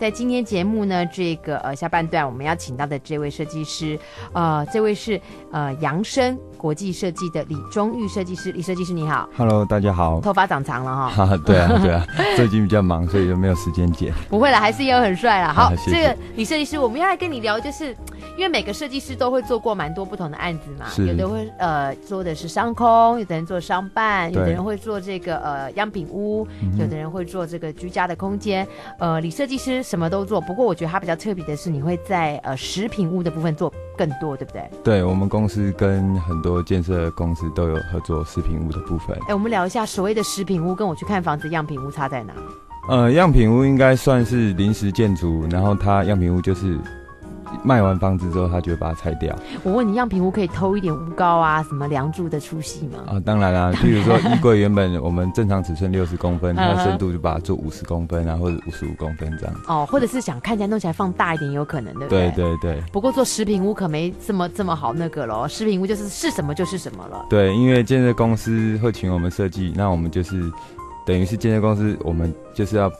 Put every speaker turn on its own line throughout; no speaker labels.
在今天节目呢，这个呃下半段我们要请到的这位设计师，呃，这位是呃扬生国际设计的李忠玉设计师，李设计师你好，
Hello，大家 好。
头发长长了 哈，
哈、哈，对啊，对啊，最近比较忙，所以就没有时间 剪。
不会了，还是也很帅啦。好，
啊谢谢
这个李设计师，我们要来跟你聊，就是因为每个设计师都会做过蛮多不同的案子嘛，
是
有的会呃做的是商空，有的人做商办，有的
对
人会做这个呃样品屋，有
嗯
的人会做这个居家的空间。呃，李设计师什么都做，不过我觉得他比较特别的是，你会在呃食品屋的部分做更多，对不对？
对我们公司跟很多建设公司都有合作食品屋的部分。
哎，我们聊一下所谓的食品屋，跟我去看房子样品屋差在哪？
呃，样品屋应该算是临时建筑，然后它样品屋就是卖完房子之后，他就会把它拆掉
我问你，样品屋可以偷一点屋高啊，什么梁柱的粗细吗？
啊。当然啦、譬如说衣柜原本我们正常尺寸六十公分，它
嗯哼
的深度就把它做五十公分啊，或者五十五公分这样。
哦，或者是想看起来弄起来放大一点，也有可能，对不
对
对？
对对
不过做食品屋可没这么这么好那个咯，食品屋就是是什么就是什么了。
对，因为建设公司会请我们设计，那我们就是等于是建设公司，我们就是要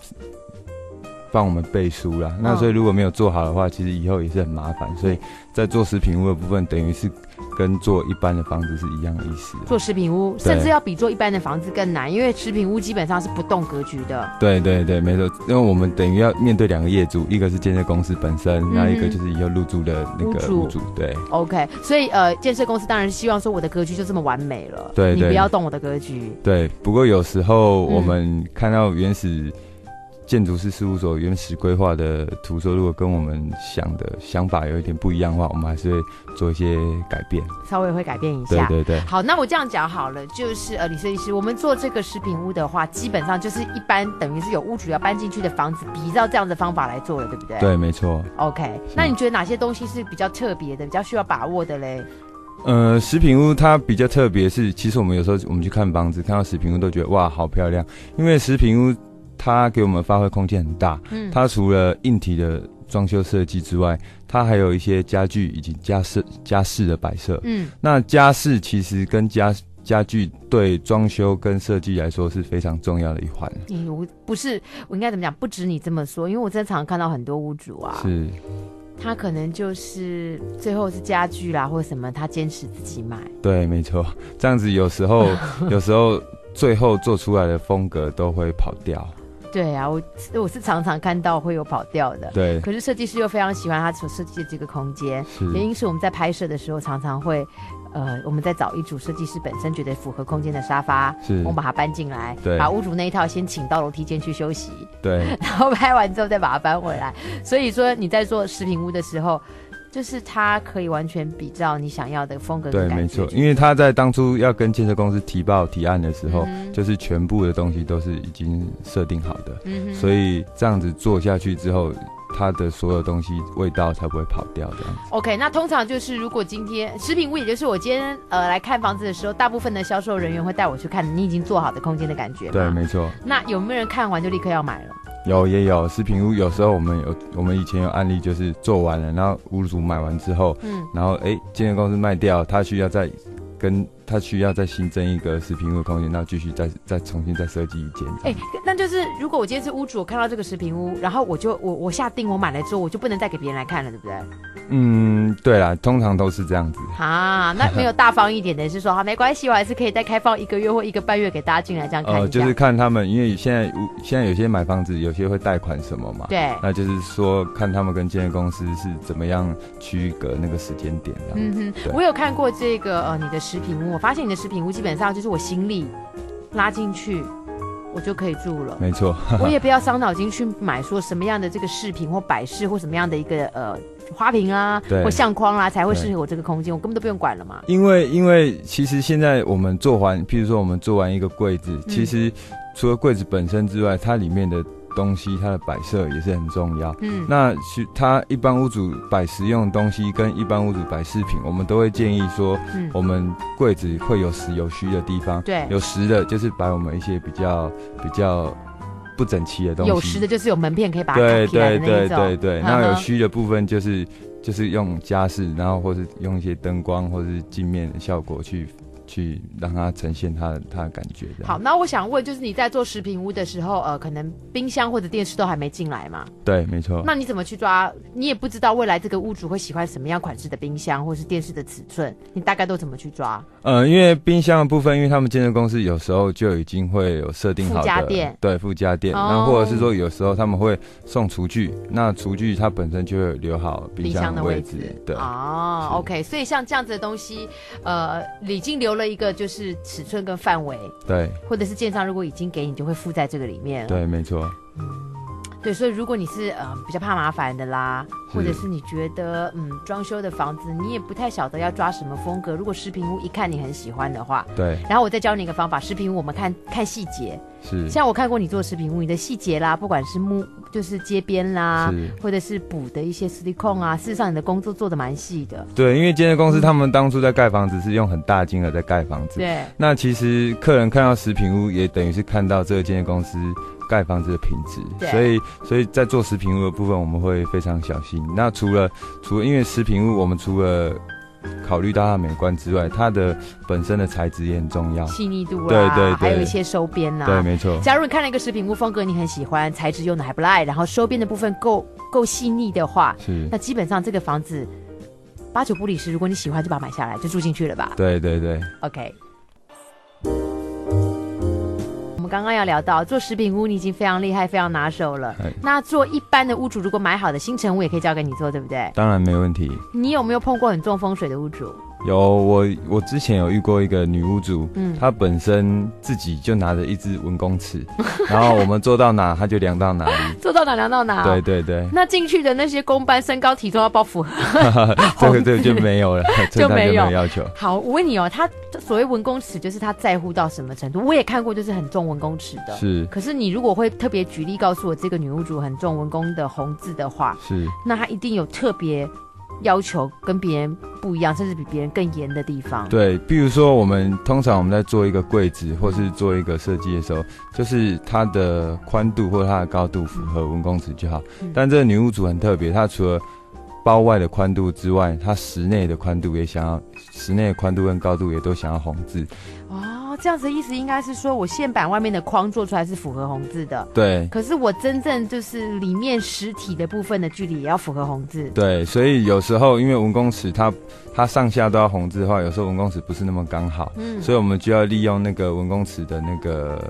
帮我们背书啦。那
嗯
所以如果没有做好的话，其实以后也是很麻烦。所以在做食品屋的部分，等于是跟做一般的房子是一样的意思。
做食品屋，
对
甚至要比做一般的房子更难，因为食品屋基本上是不动格局的。
对对对，没错，因为我们等于要面对两个业主，一个是建设公司本身，
嗯哼
然后一个就是以后入住的那
屋
个
主
屋主。对
OK，所以呃，建设公司当然是希望说我的格局就这么完美了，
对
你
对
不要动我的格局。
对，不过有时候
嗯
我们看到原始。建筑师事务所原始规划的图说，如果跟我们想的想法有一点不一样的话，我们还是会做一些改变。
稍微会改变一
对
下。
对对，
好，那我这样讲好了，就是呃，李设计师，我们做这个食品屋的话，基本上就是一般等于是有屋主要搬进去的房子，比照这样的方法来做了，对不对？。
对，嗯没错。
OK，那你觉得哪些东西是比较特别的、比较需要把握的嘞？
呃，食品屋它比较特别是，其实我们有时候我们去看房子，看到食品屋都觉得哇，好漂亮，因为食品屋它给我们发挥空间很大，
嗯，
它除了硬体的装修设计之外，它还有一些家具以及家饰家饰的摆设。
嗯，
那家饰其实跟家家具对装修跟设计来说是非常重要的一环。
你我不是我应该怎么讲？不止你这么说，因为我真的常常看到很多屋主啊，
是，
他可能就是最后是家具啦或者什么，他坚持自己买。
对，没错。这样子有 时候有时候最后做出来的风格都会跑掉。
对啊，我我是常常看到会有跑掉的。
对，
可是设计师又非常喜欢他所设计的这个空间，
是，
原因是我们在拍摄的时候常常会，呃，我们在找一组设计师本身觉得符合空间的沙发，
是
我们把它搬进来，
嗯对
把屋主那一套先请到楼梯间去休息，
对
然后拍完之后再把它搬回来。所以说你在做食品屋的时候，就是它可以完全比照你想要的风格
对
跟，感
没
觉
错。因为他在当初要跟建设公司提报提案的时候，
嗯哼
就是全部的东西都是已经设定好的，
嗯哼，
所以这样子做下去之后，它的所有东西味道才不会跑掉。这样子，
OK，那通常就是如果今天食品屋，也就是我今天呃来看房子的时候，大部分的销售人员会带我去看你已经做好的空间的感觉嘛。
对，没错。
那有没有人看完就立刻要买了？
有也有食品屋，有时候我们有我们以前有案例，就是做完了，然后屋主买完之后，
嗯，
然后哎，建设公司卖掉，他需要再跟他需要再新增一个食品屋的空间，然后继续再再重新再设计一间。
哎、那就是如果我今天是屋主，我看到这个食品屋，然后我就我我下定我买了之后，我就不能再给别人来看了，对不对？
嗯，对啦，通常都是这样子。
啊，那没有大方一点的是说，好没关系，我还是可以再开放一个月或一个半月给大家进来这样看一下。
呃哦就是看他们，因为现在屋现在有些买房子，有些会贷款什么嘛。
对，
那就是说，看他们跟建设公司是怎么样区隔那个时间点这样子。
嗯哼，
对
我有看过这个呃你的食品屋，我发现你的食品屋基本上就是我行李拉进去，我就可以住了。
没错，
我也不要伤脑筋去买说什么样的这个饰品或摆饰或什么样的一个呃花瓶啊
对
或相框啊才会
对
适合我这个空间，我根本都不用管了嘛。
因为因为其实现在我们做完，譬如说我们做完一个柜子，
嗯
其实除了柜子本身之外，它里面的东西，它的摆设也是很重要。
嗯，
那其它一般屋主摆实用的东西跟一般屋主摆饰品，我们都会建议说，
嗯，
我们柜子会有实有虚的地方，
对，
有实的就是摆我们一些比较比较不整齐的东西，
有时的就是有门片可以把它
对
卡起来的那
对对
一
对
种。
对，
嗯哼
那有虚的部分就是就是用家饰，然后或是用一些灯光或是镜面的效果去去让它呈现它的它的感觉这样。
好，那我想问，就是你在做食品屋的时候，呃，可能冰箱或者电视都还没进来嘛？
对，没错。
那你怎么去抓？你也不知道未来这个屋主会喜欢什么样款式的冰箱或是电视的尺寸，你大概都怎么去抓？
呃，因为冰箱的部分，因为他们建设公司有时候就已经会有设定好的
附加店
对附加店，
哦
那或者是说有时候他们会送厨具，那厨具它本身就会留好冰
冰
箱
箱
的
的
位
位
置，
置，
对，
哦
是
，OK，所以像这样子的东西，呃，已经留了一个就是尺寸跟范围，
对
或者是建商如果已经给你，就会附在这个里面了。
对，没错。
对，所以如果你是呃比较怕麻烦的啦，
是
或者是你觉得嗯装修的房子你也不太晓得要抓什么风格，如果食品屋一看你很喜欢的话，
对，
然后我再教你一个方法，食品屋我们看看细节，
是
像我看过你做食品屋，你的细节啦，不管是木就是街边啦。
是，
或者是补的一些 silicone 啊，事实上你的工作做的蛮细的，
对，因为建设公司他们当初在盖房子是用很大金额在盖房子，
对，
那其实客人看到食品屋，也等于是看到这个建设公司盖房子的品质，
对
所以所以在做食品屋的部分，我们会非常小心。那除了除了因为食品屋，我们除了考虑到它的美观之外，它的本身的材质也很重要。
细腻度啦，啊
对对对
还有一些收边啦、
对，没错，
假如你看了一个食品屋风格，你很喜欢，材质用的还不赖，然后收边的部分够够细腻的话，
是，
那基本上这个房子八九不离十，如果你喜欢就把它买下来，就住进去了吧。
对对对，
OK。我们刚刚要聊到做食品屋，你已经非常厉害，非常拿手了
哎。
那做一般的屋主，如果买好的新城屋也可以交给你做，对不对？
当然没问题。
你有没有碰过很重风水的屋主？
有我我之前有遇过一个女屋主，
嗯，
她本身自己就拿着一只文 公尺，然后我们做到哪，她就量到哪里。
做到哪量到哪。
对。对对。
那进去的那些公班身高体重要包符合。
这个这个就没有了，这
就
个他
没
没
有
有要求。
好，我问你哦，他所谓文公尺，就是他在乎到什么程度？我也看过，就是很重文公尺的。
是
可是你如果会特别举例告诉我这个女屋主很重文工的红字的话，
是，
那她一定有特别要求跟别人不一样，甚至比别人更严的地方。
对。比如说，我们通常我们在做一个柜子或是做一个设计的时候，就是它的宽度或它的高度符合文公尺就好
嗯。
但这个女屋主很特别，她除了包外的宽度之外，她室内的宽度也想要，室内的宽度跟高度也都想要红字。
哦，这样子的意思应该是说我线板外面的框做出来是符合红字的，
对。
可是我真正就是里面实体的部分的距离也要符合红字。
对，所以有时候因为文公尺它它上下都要红字的话，有时候文公尺不是那么刚好，
嗯，
所以我们就要利用那个文公尺的那个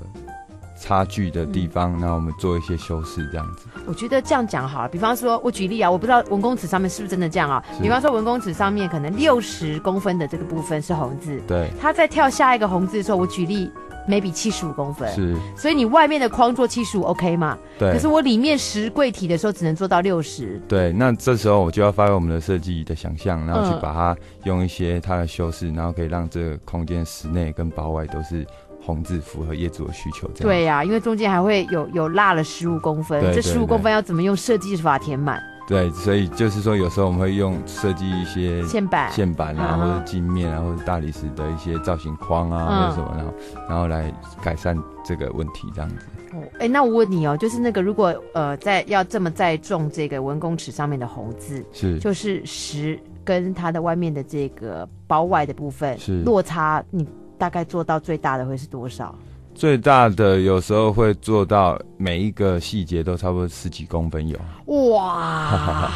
差距的地方，然后我们做一些修饰，这样子。
我觉得这样讲好了。比方说，我举例啊，我不知道文公尺上面是不是真的这样啊。
是
比方说，文公尺上面可能六十公分的这个部分是红字，
对，
他在跳下一个红字的时候，我举例，maybe 七十五公分，
是，
所以你外面的框做七十五 OK 嘛？可
对
是，我里面十柜体的时候只能做到六十。
对。那这时候我就要发挥我们的设计的想象，然后
嗯
去把它用一些它的修饰，然后可以让这个空间室内跟包外都是红字，符合业主的需求。这样
对呀、因为中间还会有有落了十五公分，
对
这
对
十五公分要怎么用设计法填满
对，所以就是说，有时候我们会用设计一些
线板？
线板啊，
嗯
或者镜面啊，或者大理石的一些造型框啊，或
嗯
者什么，然后然后来改善这个问题，这样子。
哦哎、那我问你哦，就是那个如果呃在要这么在重这个文公尺上面的红字，
是。
就是十跟它的外面的这个包外的部分
是
落差，你大概做到最大的会是多少？
最大的有时候会做到每一个细节都差不多十几公分有，
哇！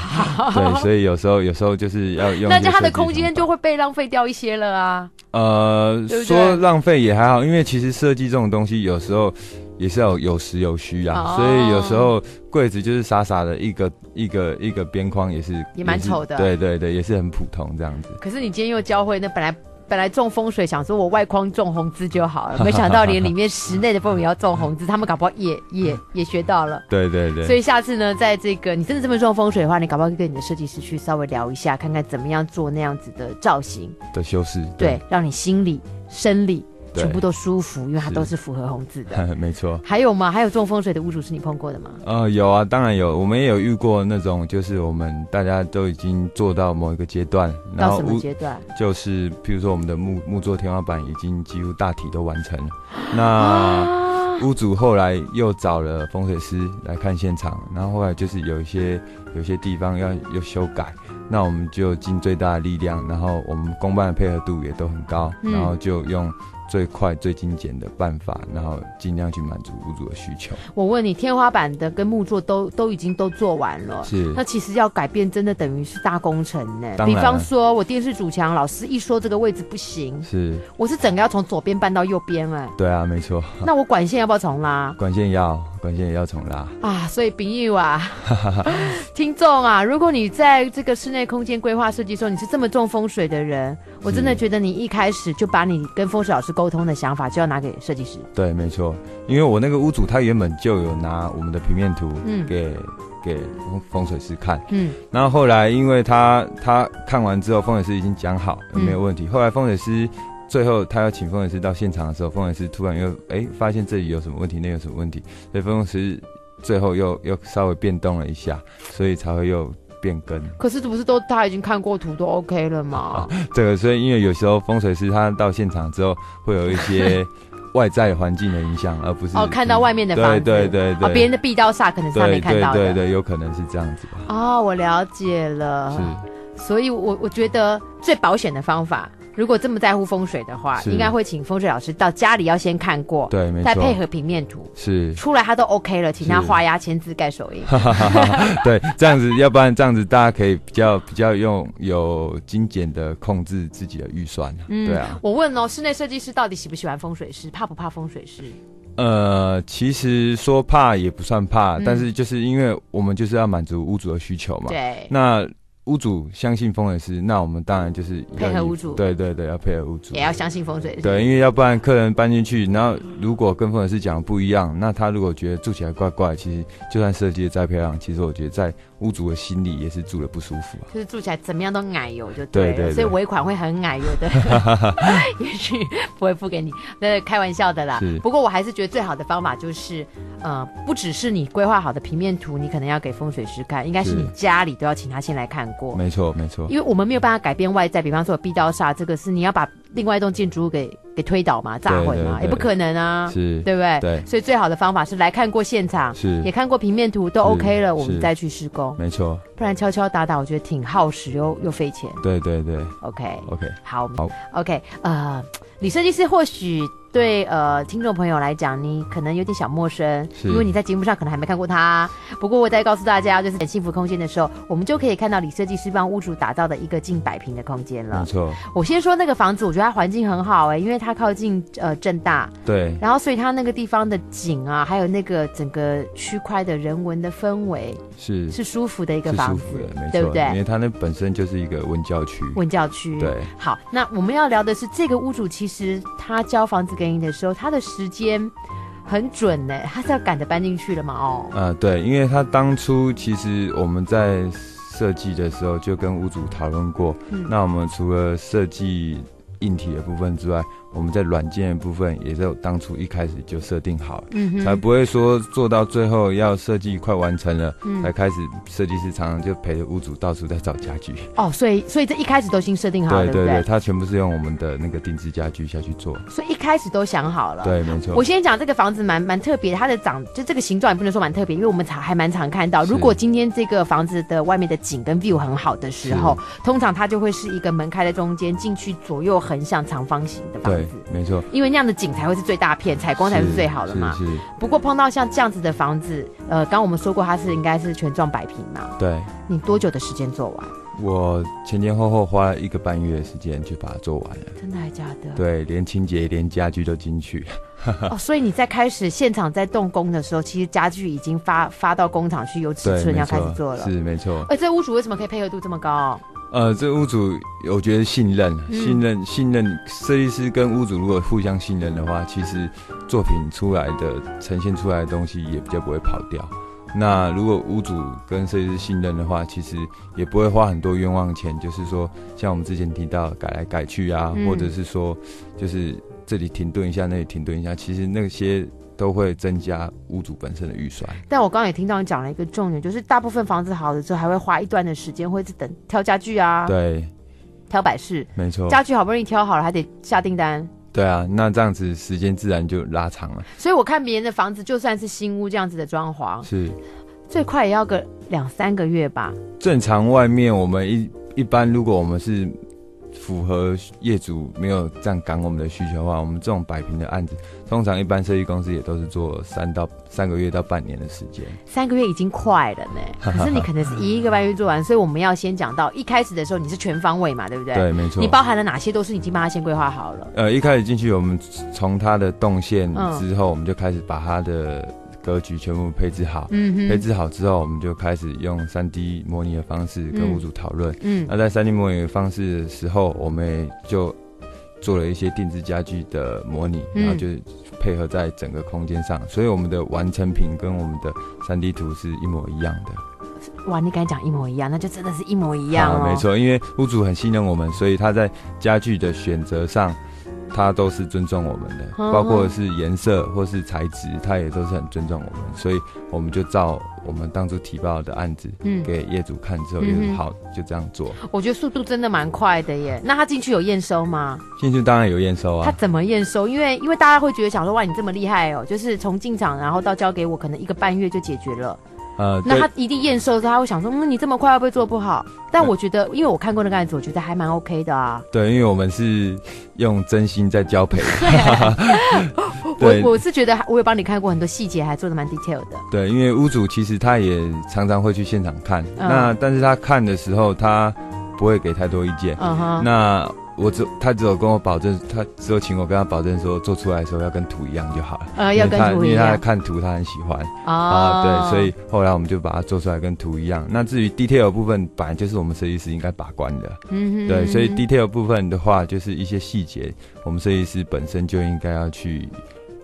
对，所以有时候有时候就是要用一些设计方法。
哦那就它的空间就会被浪费掉一些了啊。
呃
对不对
说浪费也还好，因为其实设计这种东西有时候也是要有有实有虚啊，
哦
所以有时候柜子就是傻傻的一个一个一个边框也是
也蛮
是
丑的
对对对，也是很普通这样子。
可是你今天又教会那本来本来种风水，想说我外框种红字就好 了，没想到连里面室内的部分也要种红字，他们搞不好也也也学到了。
对嗯对
所
对，
以下次呢，在这个你真的这么种风水的话，你搞不好可以跟你的设计师去稍微聊一下，看看怎么样做那样子的造型，
的修饰
对，让你心里、生理
对
全部都舒服，因为它
是
都是符合红字 的。
对没错。
还有吗？还有种风水的屋主是你碰过的吗？
呃，有啊，当然有，我们也有遇过那种，就是我们大家都已经做到某一个阶段，然
到
后
什么
屋
阶段？
就是譬如说我们的木木作天花板已经几乎大体都完成了，那
啊，
屋主后来又找了风水师来看现场，然后后来就是有一些有一些地方要要修改，那我们就尽最大的力量，然后我们公办的配合度也都很高，
嗯
然后就用最快最精简的办法，然后尽量去满足屋主的需求。
我问你，天花板的跟木作都都已经都做完了，
是
哦那其实要改变，真的等于是大工程呢。
当然
比
啊
方说，我电视主墙老师一说这个位置不行，
是，
我是整个要从左边搬到右边哎、
对啊，没错，
那我管线要不要重拉
管线要管线也要重拉，
啊？所以朋友啊， 听众啊，如果你在这个室内空间规划设计的时候，你是这么重风水的人，我真的觉得你一开始就把你跟风水老师沟通的想法就要拿给设计师。
对，没错，因为我那个屋主他原本就有拿我们的平面图
嗯
给、给风风水师看。
嗯
那后来，因为他他看完之后，风水师已经讲好
嗯
没有问题。后来风水师最后他要请风水师到现场的时候，风水师突然又哎、发现这里有什么问题，那有什么问题，所以风水师最后又又稍微变动了一下，所以才会又变更。
可是这不是都他已经看过图都 OK 了吗？
这个所以因为有时候风水师他到现场之后会有一些 外在环境的影响，而不是
哦，看到外面的房
对
子，
对对
啊，
对，
别人的避道煞可能是他没
对
看
对
到的。
对对，有可能是这样子吧。
哦，我了解了。
是
所以我，我觉得最保险的方法，如果这么在乎风水的话，
是
应该会请风水老师到家里要先看过，
对，没
再配
错，
合平面图，
是。
出来他都 OK 了，请他
是
画押、签字、盖手印。
哈哈哈，对，这样子，要不然这样子，大家可以比较比较用有精简的控制自己的预算啊，
嗯
对啊，
我问哦，室内设计师到底喜不喜欢风水师，怕不怕风水师？
呃，其实说怕也不算怕，
嗯
但是就是因为我们就是要满足屋主的需求嘛，
对，
那屋主相信风水师，那我们当然就是要
配合
以
屋主
对对对，要配合屋主
也。要相信风水师。
对，因为要不然客人搬进去，然后如果跟风水师讲的不一样，那他如果觉得住起来怪怪，其实就算设计的再漂亮，其实我觉得在屋主的心里也是住的不舒服啊。
就是住起来怎么样都矮油就了，
对对对
所以尾款会很矮油 的， 也许不会付给你，那开玩笑的啦
是。
不过我还是觉得最好的方法就是，呃，不只是你规划好的平面图，你可能要给风水师看，应该是
是
你家里都要请他先来看过，
没错，没错。
因为我们没有办法改变外在，比方说有壁刀煞，这个是你要把另外一栋建筑物给给推倒嘛、炸毁嘛，
对对对
也不可能啊，
是，
对不对？
对
所以最好的方法是来看过现场，
是
也，看过平面图都
是
OK 了，我
是
们再去施工。
没错，
不然敲敲打打，我觉得挺耗时又又费钱。
对对对
OK，
，OK，
好
好
o k 呃，李设计师或许对呃听众朋友来讲，你可能有点小陌生，
是
因为你在节目上可能还没看过他。不过我再告诉大家，就是在幸福空间的时候，我们就可以看到李设计师帮屋主打造的一个近百平的空间
没
了。
错，
我先说那个房子，我觉得它环境很好哎、因为它靠近呃正大，
对，
然后所以它那个地方的景啊，还有那个整个区块的人文的氛围
是
是舒服的一个
是
房
舒
子
服的，没，
对不
错，因
对？
为它那本身就是一个文教区，
文教区。
对，
好，那我们要聊的是这个屋主，其实他交房子给你的时候，他的时间很准呢，他是要赶着搬进去了嘛？哦，
呃，对，因为它当初其实我们在设计的时候就跟屋主讨论过，
嗯，
那我们除了设计硬体的部分之外，我们在软件的部分也是有当初一开始就设定好了，
嗯
才不会说做到最后要设计快完成了，才
嗯，
开始设计师常常就陪着屋主到处在找家具。
哦，所以所以这一开始都已经设定好了，
对
不
对，它全部是用我们的那个定制家具下去做。
所以一开始都想好了。。
对，没错。
我先讲这个房子蛮蛮特别的，它的长就这个形状也不能说蛮特别，因为我们常还蛮常看到。
是
如果今天这个房子的外面的景跟 view 很好的时候，通常它就会是一个门开在中间，进去左右横向长方形的房
对
子，，
没错，
因为那样的景才会是最大片，采光才是最好的嘛。
是是，
不过碰到像这样子的房子，呃，刚刚我们说过它是应该是全幢百平嘛，
对
你多久的时间做完？
我前前后后花了一个半月的时间去把它做完了。
真的还假的？
对，啊连清洁、连家具都进去。
哦，所以你在开始现场在动工的时候，其实家具已经发发到工厂去，有尺
对，
寸
没
要开始做
错，
了。
是没错。
哎，这屋主为什么可以配合度这么高？
呃，这屋主我觉得信任，啊
嗯
信任，信任设计师跟屋主如果互相信任的话，其实作品出来的呈现出来的东西也比较不会跑掉。那如果屋主跟设计师信任的话，其实也不会花很多冤枉钱，就是说像我们之前提到改来改去啊，
嗯
或者是说就是这里停顿一下，那里停顿一下，其实那些都会增加屋主本身的预算。
但我刚刚也听到你讲了一个重点，就是大部分房子好了之后，还会花一段的时间，会是等挑家具啊，
对，哦
挑摆饰，
没错，
家具好不容易挑好了，还得下订单。
对啊，那这样子时间自然就拉长了，
所以我看别人的房子，就算是新屋这样子的装潢，
是。
最快也要个两三个月吧。
正常外面我们一一般如果我们是符合业主没有这样赶我们的需求的话，我们这种摆平的案子，通常一般设计公司也都是做三到三个月到半年的时间。
三个月已经快了 呢，可是你可能是一个半月做完，所以我们要先讲到一开始的时候你是全方位嘛，对不对？
对，没错
你。包含了哪些都是你已经帮他先规划好了。
呃，一开始进去，我们从它的动线
嗯
之后，我们就开始把它的格局全部配置好。
嗯
配
哼，
置好之后，我们就开始用 3D 模拟的方式跟屋主讨论。
嗯
那在 3D 模拟的方式的时候，我们也就做了一些定制家具的模拟，
嗯
然后就配合在整个空间上，所以我们的完成品跟我们的 3D 图是一模一样的。
哇，你敢讲一模一样，那哦就真的是一模一样哦。
啊没，错，因为屋主很信任我们，所以他在家具的选择上，他都是尊重我们的，
嗯
包括是颜色或是材质，他也都是很尊重我们，所以我们就照我们当初提报的案子
嗯，
给业主看之后，
嗯
业
哼
主好就这样做。
我觉得速度真的蛮快的耶。那他进去有验收吗？
进去当然有验收
他
啊，
怎么验收？因为因为大家会觉得想说哇，你这么厉害哦，就是从进场然后到交给我，可能一个半月就解决了。
呃，
那
对
他一定验收的时候，他会想说，嗯，你这么快会不会做不好？但
对
我觉得，因为我看过那个案子，我觉得还蛮 OK 的啊。
对，因为我们是用真心在交配，
我
对
我是觉得还，我有帮你看过很多细节，还做的蛮 detail 的。
对，因为屋主其实他也常常会去现场看，
嗯
那但是他看的时候他不会给太多意见，
嗯哼，
那我只他只有跟我保证，他只有请我跟他保证说，做出来的时候要跟图一样就好了。
呃，要跟
因为他
图一
因为他
样
看图他很喜欢、
啊
啊，对，所以后来我们就把它做出来跟图一样。那至于 detail 的部分，本来就是我们设计师应该把关的，
嗯哼
对，所以 detail 的部分的话，就是一些细节，我们设计师本身就应该要去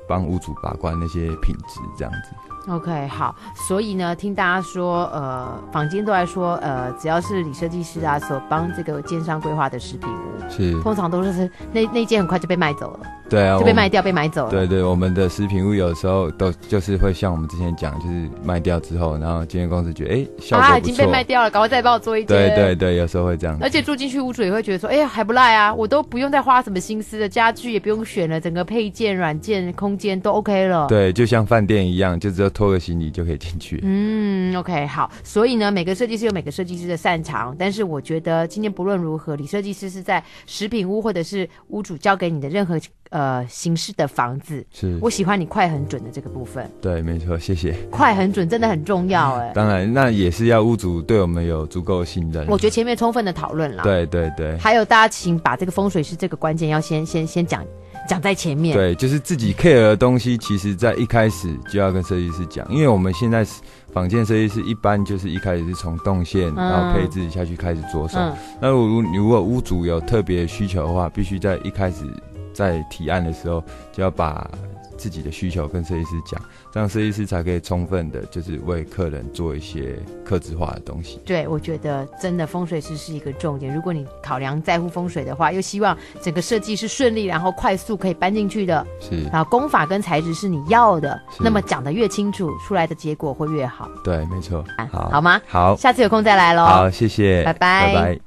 帮屋主把关那些品质，这样子。
OK 好，所以呢，听大家说，呃，坊间都在说，呃，只要是李设计师啊，所帮这个奸商规划的食品屋，
是，
通常都是 那那间很快就被卖走了，
对啊，
就被
我们
卖掉，被买走了。
对对，我们的食品屋有时候都就是会像我们之前讲，就是卖掉之后，然后经纪公司觉得哎、诶效
啊，
果
已
不
经被
错，
卖掉了，赶呃快再帮我做一间。
对对对，有时候会这样子
而。且住进去，屋主也会觉得说，哎、呀，还不赖啊，我都不用再花什么心思了，家具也不用选了，整个配件、软件、空间都 OK 了。，
对，就像饭店一样，就只要拖个行李就可以进去。
嗯，OK，好。所以呢，每个设计师有每个设计师的擅长，但是我觉得今天不论如何，李设计师是在食品屋或者是屋主交给你的任何呃形式的房子，
是，
我喜欢你快很准的这个部分，
对，没错，谢谢。
快很准真的很重要哎、
嗯当然，那也是要屋主对我们有足够的信任。
我觉得前面充分的讨论啦，，
对对对
还有大家请把这个风水师这个关键要先先先讲讲在前面。嗯
对，就是自己 care 的东西，其实在一开始就要跟设计师讲，因为我们现在是房间设计师一般就是一开始是从动线，然后配置下去开始着手。
嗯，
那如果如果屋主有特别需求的话，必须在一开始在提案的时候就要把自己的需求跟设计师讲，这样设计师才可以充分的，就是为客人做一些客制化的东西。
对，我觉得真的风水师是一个重点。如果你考量在乎风水的话，又希望整个设计是顺利，然后快速可以搬进去的，
是
然后功法跟材质是你要的，
是
那么讲得越清楚，出来的结果会越好，
对，没错。好，
好吗？
好，
下次有空再来喽，
好，谢谢，
拜拜
拜拜。